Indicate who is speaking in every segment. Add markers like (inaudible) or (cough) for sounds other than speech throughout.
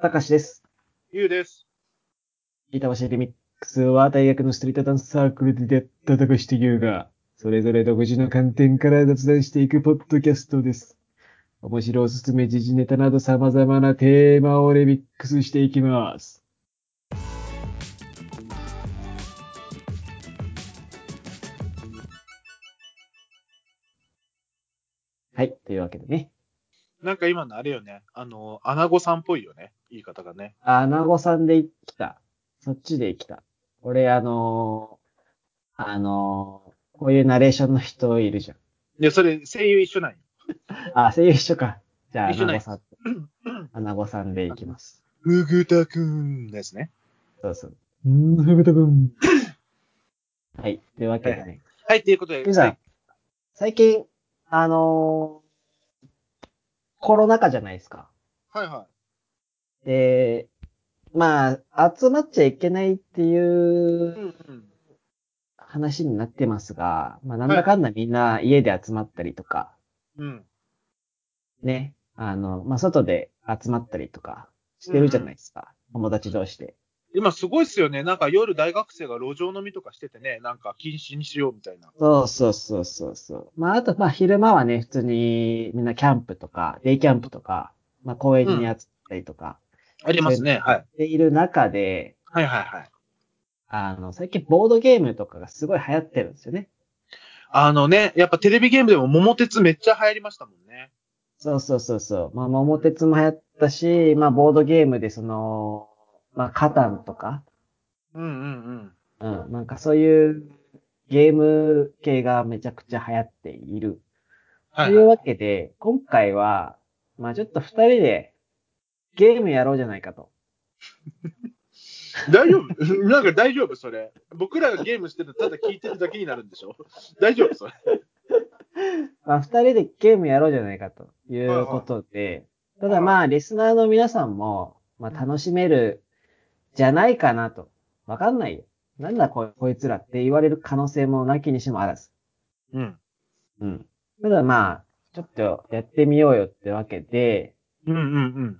Speaker 1: たかしです。
Speaker 2: ゆうです。
Speaker 1: 板橋リミックスは大学のストリートダンスサークルで出会ったたかしとゆうが、それぞれ独自の観点から雑談していくポッドキャストです。面白おすすめ、時事ネタなど様々なテーマをレミックスしていきます。はい。というわけでね。
Speaker 2: なんか今のあれよね。あの、アナゴさんっぽいよね。言い方がね。
Speaker 1: あ、穴子さんで来た。そっちで来た。俺、あのーあのーこういうナレーションの人いるじゃん。
Speaker 2: で、それ、声優一緒なんよ。
Speaker 1: あ、声優一緒か。じゃあ、
Speaker 2: 一緒
Speaker 1: 穴
Speaker 2: ない
Speaker 1: 子さん。穴子さんで行きます。
Speaker 2: ふぐたくんですね。
Speaker 1: そうそう。うん、ふぶとくん。はい。というわけでね。
Speaker 2: はい、ということで。
Speaker 1: ゆうさん、最近、あのーコロナ禍じゃないですか。
Speaker 2: はいは
Speaker 1: で、まあ、集まっちゃいけないっていう
Speaker 2: い。うんうん。
Speaker 1: 話になってますが、まあ、なんだかんだみんな家で集まったりとか、
Speaker 2: うん。
Speaker 1: ね、あの、まあ、外で集まったりとかしてるじゃないですか。友達同士で。
Speaker 2: 今すごいっすよね。なんか夜大学生が路上飲みとかしててね、なんか禁止にしようみたいな。
Speaker 1: そうそうそうそうそう。まあ、あと、まあ、昼間はね、普通にみんなキャンプとか、デイキャンプとか、まあ、公園に集ったりとか、
Speaker 2: ありますね。はい。
Speaker 1: でいる中で、
Speaker 2: はいはいはい。
Speaker 1: あの、最近ボードゲームとかがすごい流行ってるんですよね。
Speaker 2: あのね、やっぱテレビゲームでも桃鉄めっちゃ流行りましたもんね。
Speaker 1: そうそうそうそう。まあ、桃鉄も流行ったし、まあ、ボードゲームでその、まあ、カタンとか、
Speaker 2: うんうんうん。
Speaker 1: うん、なんかそういうゲーム系がめちゃくちゃ流行っている。
Speaker 2: は
Speaker 1: と
Speaker 2: い、
Speaker 1: いう
Speaker 2: はい。
Speaker 1: わけで、今回は、まあちょっと二人でゲームやろうじゃないかと。
Speaker 2: 大丈夫 (laughs) なんか大丈夫それ。僕らがゲームしてるただ聞いてるだけになるんでしょ大丈夫それ。
Speaker 1: まあ二人でゲームやろうじゃないかということで、ただまあリスナーの皆さんも、まあ楽しめるじゃないかなと。わかんないよ。なんだここいつらって言われる可能性もなきにしもあらず。
Speaker 2: うん。
Speaker 1: うん。ただまあ、ちょっとやってみようよってわけで、
Speaker 2: うんうんうん。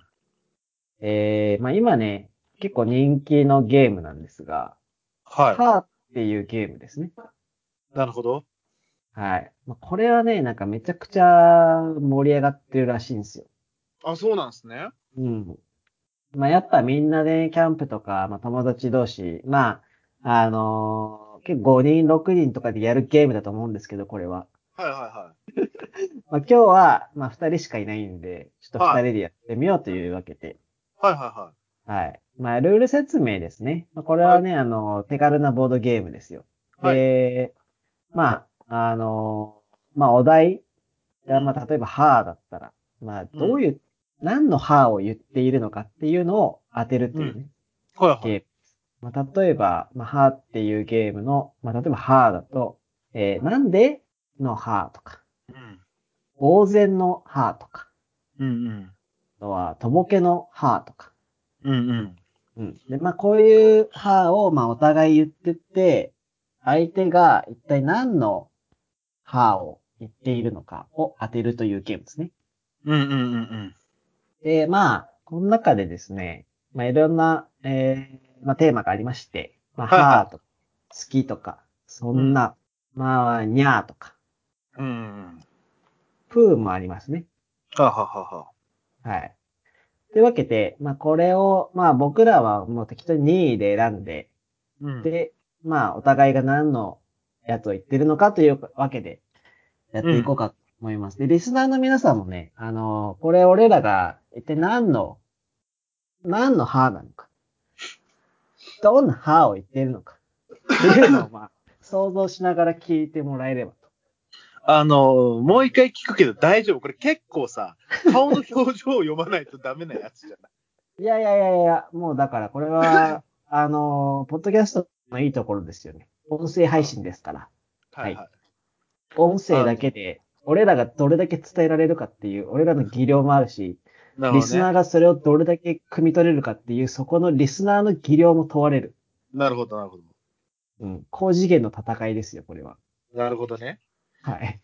Speaker 1: えー、まあ今ね、結構人気のゲームなんですが、
Speaker 2: は
Speaker 1: ハーっていうゲームですね。
Speaker 2: い。なるほど。
Speaker 1: はい。まあ、これはね、なんかめちゃくちゃ盛り上がってるらしいんですよ。
Speaker 2: あ、そうなんですね。
Speaker 1: うん。まあやっぱみんなで、キャンプとか、まあ友達同士、まあ、あのー結構5人、6人とかでやるゲームだと思うんですけど、これは。
Speaker 2: はいはいは
Speaker 1: まあ今日は、まあ2人しかいないんで、ちょっと2人でやってみようというわけで。
Speaker 2: い。はいはいは
Speaker 1: はい。まあ、ルール説明ですね。まあこれはね、あの、手軽なボードゲームですよ。
Speaker 2: はい
Speaker 1: で、まあ、あの、まあ、お題が、まあ、例えば、ハーだったら、まあ、どういう、何のハーを言っているのかっていうのを当てるというね、
Speaker 2: い。はいはい。
Speaker 1: ゲームです。まあ、例えば、まあ、ハーっていうゲームの、まあ、例えば、ハーだと、えーなんでのハーとか、
Speaker 2: うん。
Speaker 1: 呆然のハーとか、
Speaker 2: うんうん。
Speaker 1: あとは、とぼけのハーとか、
Speaker 2: うんうん。
Speaker 1: うん。で、まあ、こういう歯を、まあ、お互い言ってって、相手が一体何の歯を言っているのかを当てるというゲームですね。
Speaker 2: うんうんうんうん。
Speaker 1: で、まあ、この中でですね、まあ、いろんな、えー、まあ、テーマがありまして、まあ、
Speaker 2: はいはい
Speaker 1: 歯とか、好きとか、そんな、まあ、にゃーとか、
Speaker 2: うんうんうん。
Speaker 1: プーもありますね。
Speaker 2: はあはあはあはあ。
Speaker 1: はい。というわけで、まあ、これを、まあ、僕らはもう適当に任意で選んで、
Speaker 2: うん。
Speaker 1: で、まあ、お互いが何のやつを言ってるのかというわけで、やっていこうかと思います。で、リスナーの皆さんもね、あのこれ俺らが一体何の、何の歯なのか、どんな歯を言ってるのか、っていうのを、まあ、想像しながら聞いてもらえればと。
Speaker 2: あの、もう一回聞くけど大丈夫。これ結構さ、顔の表情を読まないとダメなやつじゃない。
Speaker 1: いやいやいやいや、もうだからこれは、あのポッドキャストのいいところですよね。音声配信ですから。
Speaker 2: はいはい。
Speaker 1: 音声だけで、俺らがどれだけ伝えられるかっていう、俺らの技量もあるし、
Speaker 2: なる
Speaker 1: リ
Speaker 2: ほど
Speaker 1: スナ
Speaker 2: ね。
Speaker 1: ーがそれをどれだけ汲み取れるかっていう、そこのリスナーの技量も問われる。
Speaker 2: なるほど、なるほど。
Speaker 1: うん。高次元の戦いですよ、これは。
Speaker 2: なるほどね。
Speaker 1: はい。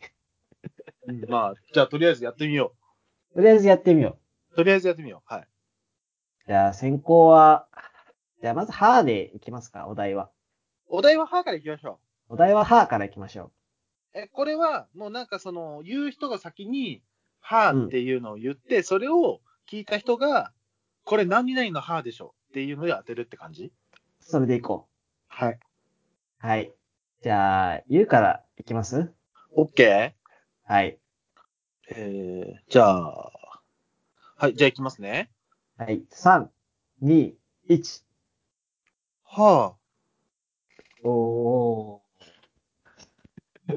Speaker 2: うんまあ、じゃあとりあえずやってみよ
Speaker 1: とりあえずやってみよ
Speaker 2: う。とりあえずやってみよう。はい。
Speaker 1: じゃあ先行は、じゃあまずハーでいきますか、お題は。
Speaker 2: お題は歯からいきましょ
Speaker 1: お題はハーからいきましょ
Speaker 2: う。え、これは、もうなんかその、言う人が先に、歯っていうのを言って、それを聞いた人が、これ何々の歯でしょっていうので当てるって感じ
Speaker 1: う。それでいこ
Speaker 2: はい。
Speaker 1: う。はい。じゃあ、ゆうからいきます
Speaker 2: OK?
Speaker 1: はい。
Speaker 2: えー、じゃあ、はい、じゃあいきますね。
Speaker 1: はい。3、2、1。
Speaker 2: は
Speaker 1: お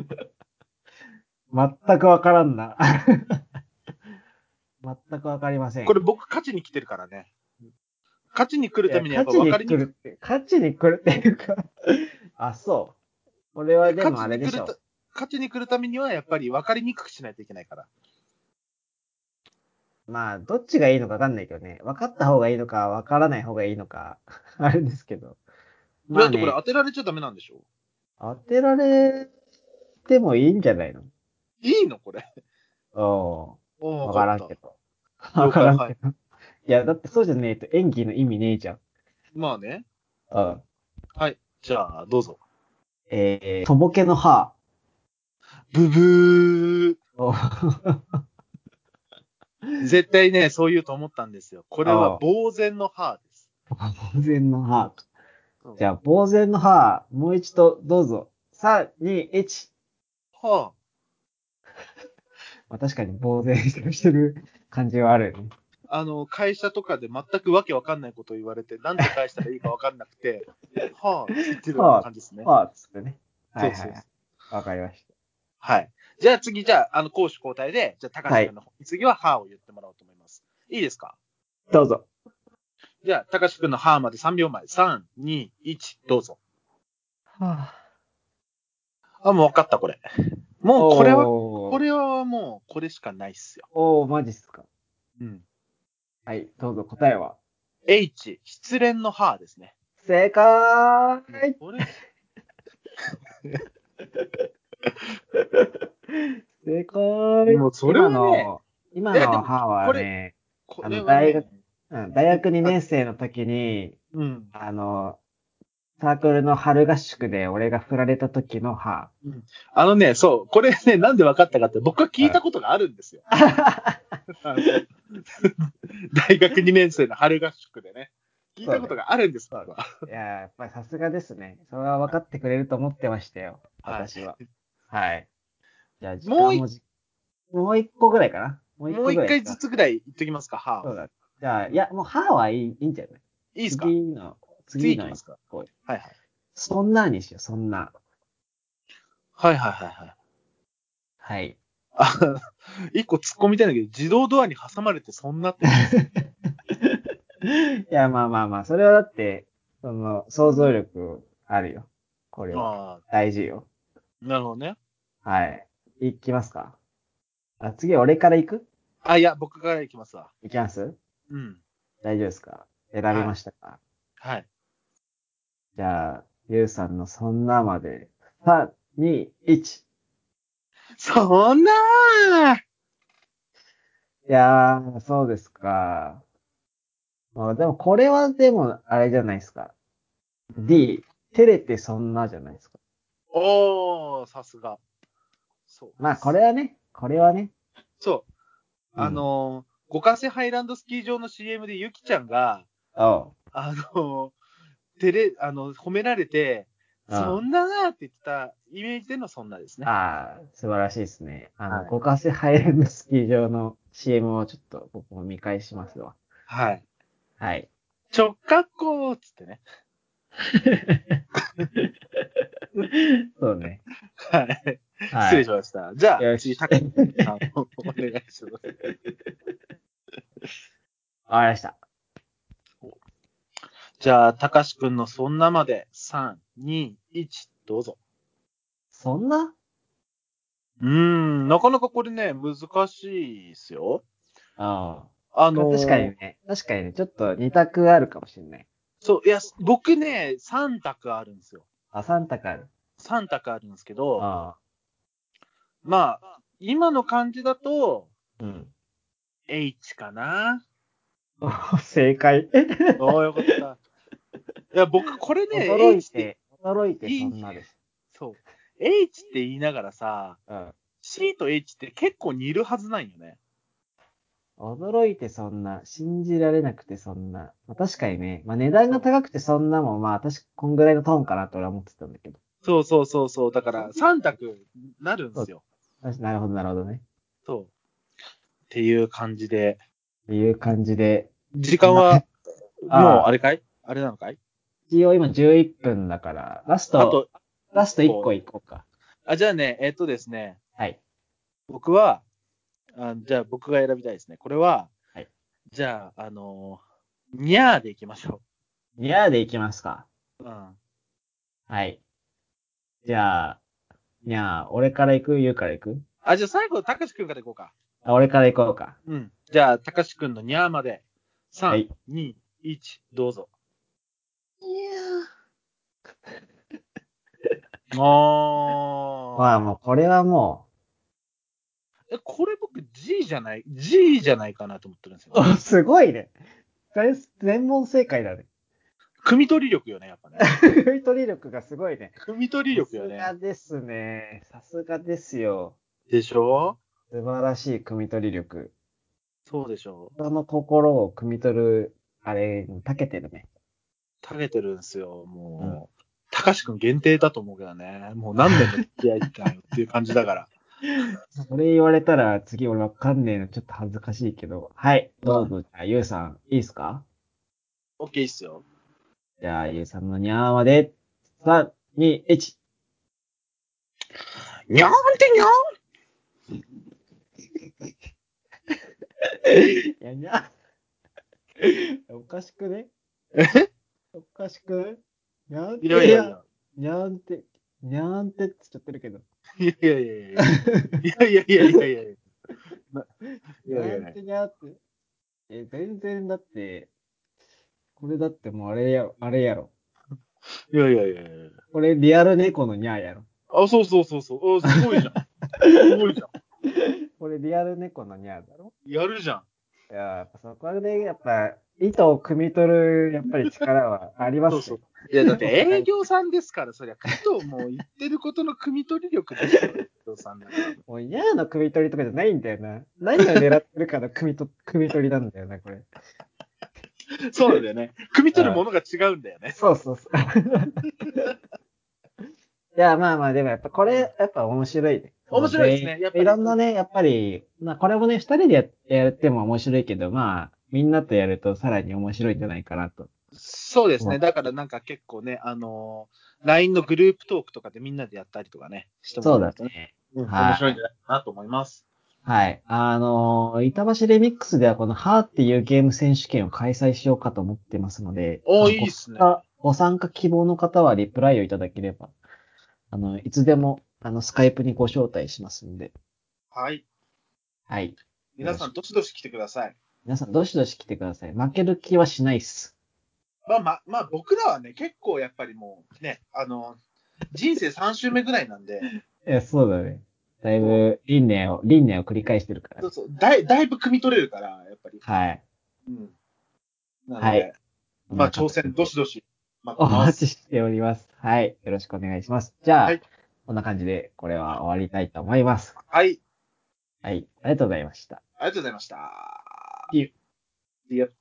Speaker 1: ー。全くわからんな。 (laughs) 全くわかりませ
Speaker 2: あ、
Speaker 1: ん。
Speaker 2: これ僕勝ちに来てるからね。勝ちに来るためにはやっぱ分かりにくい。
Speaker 1: 勝ちに来るって、勝ちに来るっていうか。あ、そう。これはでもあれでしょ
Speaker 2: 勝ちに来るた。勝ちに来るためにはやっぱり分かりにくくしないといけないから。
Speaker 1: まあ、どっちがいいのかわかんないけどね。分かった方がいいのか、分からない方がいいのか、 (laughs) あれですけど。ま
Speaker 2: だ
Speaker 1: あ、
Speaker 2: ってこ
Speaker 1: ね
Speaker 2: れ、当てられちゃダメなんでしょ
Speaker 1: 当てられてもいいんじゃないの
Speaker 2: いいのこれ。
Speaker 1: おう
Speaker 2: お
Speaker 1: 分からんけ
Speaker 2: ど。
Speaker 1: ど。
Speaker 2: 了
Speaker 1: 分
Speaker 2: 解
Speaker 1: からん
Speaker 2: は
Speaker 1: け
Speaker 2: い
Speaker 1: ど。いや、だってそうじゃねえと演技の意味ねえじゃん。
Speaker 2: まあね。
Speaker 1: うん。
Speaker 2: はい。じゃあ、どうぞ。
Speaker 1: えー、とぼけの歯。 (laughs)
Speaker 2: ブブ
Speaker 1: お
Speaker 2: ー。絶対ね、そう言うと思ったんですよ。これ
Speaker 1: あ
Speaker 2: は
Speaker 1: あ
Speaker 2: 呆然の歯です。
Speaker 1: 呆然の歯。
Speaker 2: うん
Speaker 1: じゃあ、呆然の歯、もう一度、どうぞ。3、2、1。
Speaker 2: はあ。
Speaker 1: まあ、確かに呆然してる感じはあるよね。
Speaker 2: あの、会社とかで全くわけわかんないことを言われて、なんて返したらいいかわかんなくて、 (laughs) はぁ、言ってるような感じですね。
Speaker 1: ああ、つってね。はいは
Speaker 2: そう
Speaker 1: い
Speaker 2: そう
Speaker 1: は
Speaker 2: そ
Speaker 1: い。わかりまし
Speaker 2: はい。じゃあ次、じゃあ、あの、攻守交代で、じゃあ、高橋君の方、次ははぁを言ってもらおうと思います。いいですか
Speaker 1: た。どうぞ。
Speaker 2: じゃあ、高橋君のはぁまで3秒前。3、2、1、どうぞ。
Speaker 1: は
Speaker 2: あ、もう分かった、これ。
Speaker 1: あ
Speaker 2: もう、これは、
Speaker 1: こ
Speaker 2: これはもう、これしかないっすよ。
Speaker 1: おー、マジっすか。
Speaker 2: うん。
Speaker 1: はい、どうぞ、答えは。
Speaker 2: H、失恋のはぁですね。
Speaker 1: 正解
Speaker 2: これ、
Speaker 1: 正解
Speaker 2: もうそれはね
Speaker 1: 今
Speaker 2: い
Speaker 1: の、今
Speaker 2: やで
Speaker 1: の
Speaker 2: も
Speaker 1: 歯はね、
Speaker 2: こ
Speaker 1: あ
Speaker 2: れ
Speaker 1: の
Speaker 2: は、
Speaker 1: 大
Speaker 2: ね
Speaker 1: 学、うん大学2年生の時に、
Speaker 2: うん。
Speaker 1: あの、サークルの春合宿で俺が振られた時の
Speaker 2: (laughs)
Speaker 1: 歯。
Speaker 2: あのね、そう、これね、なんで分かったかって、僕は聞いたことがあるんですよ。あの (laughs) 大学2年生の春合宿でね、聞いたことがあるんです、僕は。
Speaker 1: いやー、やっぱりさすがですね。それは分かってくれると思ってましたよ。私は。はい。じゃあ、時間
Speaker 2: もうい
Speaker 1: じもう一個ぐらいかな。もう一個
Speaker 2: も
Speaker 1: ぐ
Speaker 2: う
Speaker 1: ら
Speaker 2: 一
Speaker 1: いか
Speaker 2: 回ずつぐらい言っときますか、は
Speaker 1: そうだ。じゃあ、いや、もう歯はいいいいんじゃない
Speaker 2: いいですか
Speaker 1: 次の、
Speaker 2: 次
Speaker 1: 次
Speaker 2: いき
Speaker 1: の
Speaker 2: ますか
Speaker 1: こう
Speaker 2: はいはい。
Speaker 1: そんなにしよう、そんな。
Speaker 2: はいはいはいはい。
Speaker 1: はい。
Speaker 2: あ一個突っ込みたいんだけど、自動ドアに挟まれてそんなって。
Speaker 1: いや、まあまあまあ、それはだって、その、想像力あるよ。これは。
Speaker 2: あ
Speaker 1: 大事よ。
Speaker 2: あ、なるほどね。
Speaker 1: はい。いきますか。あ、次俺から行く
Speaker 2: あ、いや、僕からいきますわ。
Speaker 1: 行きます
Speaker 2: うん。
Speaker 1: 大丈夫ですか選びましたか、
Speaker 2: はい。
Speaker 1: じゃあ、ゆうさんのそんなまで、3、2、1。
Speaker 2: そんなー
Speaker 1: いやー、そうですか。まあでも、これはでも、あれじゃないですか。D、照れてそんなじゃないですか。
Speaker 2: おー、さすが。そう。
Speaker 1: まあ、これはね、これはね。
Speaker 2: そう。
Speaker 1: うん
Speaker 2: あのー、五ヶ瀬ハイランドスキー場の CM でゆきちゃんが、
Speaker 1: おう。
Speaker 2: あのー、照れ、あの、褒められて、
Speaker 1: うん
Speaker 2: そんななーって言ってたイメージでのそんなですね。
Speaker 1: ああ、素晴らしいですね。あの、
Speaker 2: はい
Speaker 1: 五ヶ瀬ハイランドスキー場の CM をちょっと僕も見返しますわ。
Speaker 2: はい。
Speaker 1: はい。
Speaker 2: 直角行っつってね。
Speaker 1: そうね。
Speaker 2: はい。
Speaker 1: は
Speaker 2: 失
Speaker 1: い。
Speaker 2: 礼しました。じゃ
Speaker 1: よ
Speaker 2: あ、
Speaker 1: し
Speaker 2: 次、高橋さん、お願いします。 (laughs)
Speaker 1: わかりました。
Speaker 2: じゃあ、高橋くんのそんなまで、3、2、1、どうぞ。
Speaker 1: そんな
Speaker 2: うーん、なかなかこれね、難しいですよ。
Speaker 1: あ
Speaker 2: あ
Speaker 1: あ
Speaker 2: のー
Speaker 1: 確かにね。確かにね。ちょっと二択あるかもしれない。
Speaker 2: そう、いや、僕ね、3択あるんですよ。
Speaker 1: あ、三択ある。
Speaker 2: 3択あるんですけど、
Speaker 1: あ
Speaker 2: ま (laughs) あ、今の感じだと、
Speaker 1: あ。うん。
Speaker 2: H かな。
Speaker 1: 正解。
Speaker 2: ああ、よかった。い (laughs) や、僕、これね、
Speaker 1: 驚
Speaker 2: H
Speaker 1: い
Speaker 2: って、
Speaker 1: て、驚いてそんなです。
Speaker 2: そう。H って言いながらさ、
Speaker 1: うん。
Speaker 2: C と H って結構似るはずなんよね。
Speaker 1: 驚いてそんな、信じられなくてそんな。まあ、確かにね、まあ、値段が高くてそんなもん、まあ、確かこんぐらいのトーンかなと俺は思ってたんだけど。
Speaker 2: そうそうそうそう。だから、3択になるんですよ。
Speaker 1: あなるほど、なるほどね。
Speaker 2: そう。っていう感じで。
Speaker 1: っていう感じで、
Speaker 2: 時間は、もう
Speaker 1: あー
Speaker 2: あれかいあれなのかい
Speaker 1: 一応今11分だから、ラス
Speaker 2: あ
Speaker 1: ト、
Speaker 2: と、
Speaker 1: ラスト1個いこうか。
Speaker 2: あ、じゃあね、えっとですね、
Speaker 1: はい。
Speaker 2: 僕は、あじゃあ僕が選びたいですね。これは、
Speaker 1: はい
Speaker 2: じゃあ、あのーにゃーでいきましょ
Speaker 1: ニャーでいきますか。
Speaker 2: う。うん。
Speaker 1: はい。じゃあ、ニャー、俺から行くゆうから行く
Speaker 2: あ、じゃあ最後、たかしくんからいこうか。
Speaker 1: あ、俺から行こうか。
Speaker 2: うん。じゃあ、たかしくんのにゃーまで、3、
Speaker 1: はい
Speaker 2: 2、1、どうぞ。にゃー。あ
Speaker 1: まあもう、これはも
Speaker 2: ーえ、これ僕 G じゃない、G じゃないかなと思ってるんですよ。
Speaker 1: う、 (laughs) すごいね。全全問正解だね。
Speaker 2: 汲み取り力よね、やっ
Speaker 1: (laughs)
Speaker 2: ぱね。
Speaker 1: 拭い取り力がすごいね。
Speaker 2: 汲み取り力よね
Speaker 1: さす。がですね。さすがですよ。
Speaker 2: でしょ
Speaker 1: 素晴らしい汲み取り力。
Speaker 2: そうでしょ
Speaker 1: 人の心を汲み取る、あれに長けてるね。
Speaker 2: たけてるんですよ、もう。たかしくん限定だと思うけどね。もう何年も付き合いたいよっていう感じだから。
Speaker 1: それ言われたら次俺わかんねえのちょっと恥ずかしいけど。はい。どうぞ。じゃあ、ゆうさん、いいっすか
Speaker 2: (laughs) オッケーっすよ。
Speaker 1: じゃあ、ゆうさんのにゃーまで、3、2、1。
Speaker 2: にゃーんってにゃーん
Speaker 1: いや、にゃー。おかしくねおかしくねにゃーんって、
Speaker 2: いやいやいや。
Speaker 1: にゃーんって、にゃーんってって言っちゃってるけど。
Speaker 2: いやいやいやいや。いやいやいやいやいや。ない
Speaker 1: にゃ
Speaker 2: やいや
Speaker 1: ー
Speaker 2: いや
Speaker 1: んってにゃーって。え、全然だって、これだってもうあれやろ、あれやろ。
Speaker 2: いやいやいやいや。
Speaker 1: これリアル猫のにゃーやろ。
Speaker 2: あ、そうそうそうそう。あすごいじゃん。すごいじゃ
Speaker 1: これリアル猫のにゃーだろ。
Speaker 2: ん。やるじゃん。
Speaker 1: いやー、やっぱそこで、やっぱ、糸を汲み取る、やっぱり力はあります
Speaker 2: そ
Speaker 1: よ。
Speaker 2: うそう。いや、だって営業さんですから、そりゃ、加藤も言ってることの汲み取り力でしょ、営業さんだから。
Speaker 1: もう、ヤーの汲み取りとかじゃないんだよな。何を狙ってるかの汲 (laughs) みと汲み取りなんだよな、これ。
Speaker 2: (laughs) そうなんだよね。汲み取るものが違うんだよね。
Speaker 1: そうそう (laughs) そう。いや、まあまあ、でもやっぱこれ、やっぱ面白いね。
Speaker 2: 面白いですね
Speaker 1: その
Speaker 2: やっぱ
Speaker 1: い
Speaker 2: り
Speaker 1: ろんなね、やっぱり、まあこれもね、二人でややっても面白いけど、まあ、みんなとやるとさらに面白いんじゃないかなと。
Speaker 2: そうです
Speaker 1: う
Speaker 2: ね。
Speaker 1: ん
Speaker 2: だからなんか結構ね、あのー LINE のグループトークとかでみんなでやったりとかね、して
Speaker 1: そ
Speaker 2: も
Speaker 1: う
Speaker 2: ら
Speaker 1: だ
Speaker 2: うとね。
Speaker 1: ね。
Speaker 2: うん
Speaker 1: はい
Speaker 2: 面白いんじゃないかなと思います。
Speaker 1: はい。あのー板橋レミックスではこのハーっていうゲーム選手権を開催しようかと思ってますので、
Speaker 2: お
Speaker 1: あの
Speaker 2: ーいいっすね。
Speaker 1: ご参加希望の方はリプライをいただければ、あの、いつでも、あの、スカイプにご招待しますんで、
Speaker 2: はい。
Speaker 1: はい。
Speaker 2: 皆さん、どしどし来てください。
Speaker 1: 皆さん、どしどし来てください。負ける気はしないっす。
Speaker 2: まあまあ、まあ、僕らはね、結構やっぱりもうね、あのー人生3周目ぐらいなんで、
Speaker 1: いや、そうだね。だいぶ、輪廻を、輪廻を繰り返してるから
Speaker 2: そう。そうだいだいぶ汲み取れるから、やっぱり。
Speaker 1: はい。
Speaker 2: うん。なので、
Speaker 1: はい
Speaker 2: まあ、挑戦、どしどし待って
Speaker 1: お
Speaker 2: ま
Speaker 1: 待
Speaker 2: す。
Speaker 1: ちしております。はい。よろしくお願いします。じゃあ、
Speaker 2: はい
Speaker 1: こんな感じで、これは終わりたいと思います。
Speaker 2: はい。
Speaker 1: はい。ありがとうございました。
Speaker 2: ありがとうございました。
Speaker 1: See you.
Speaker 2: See you.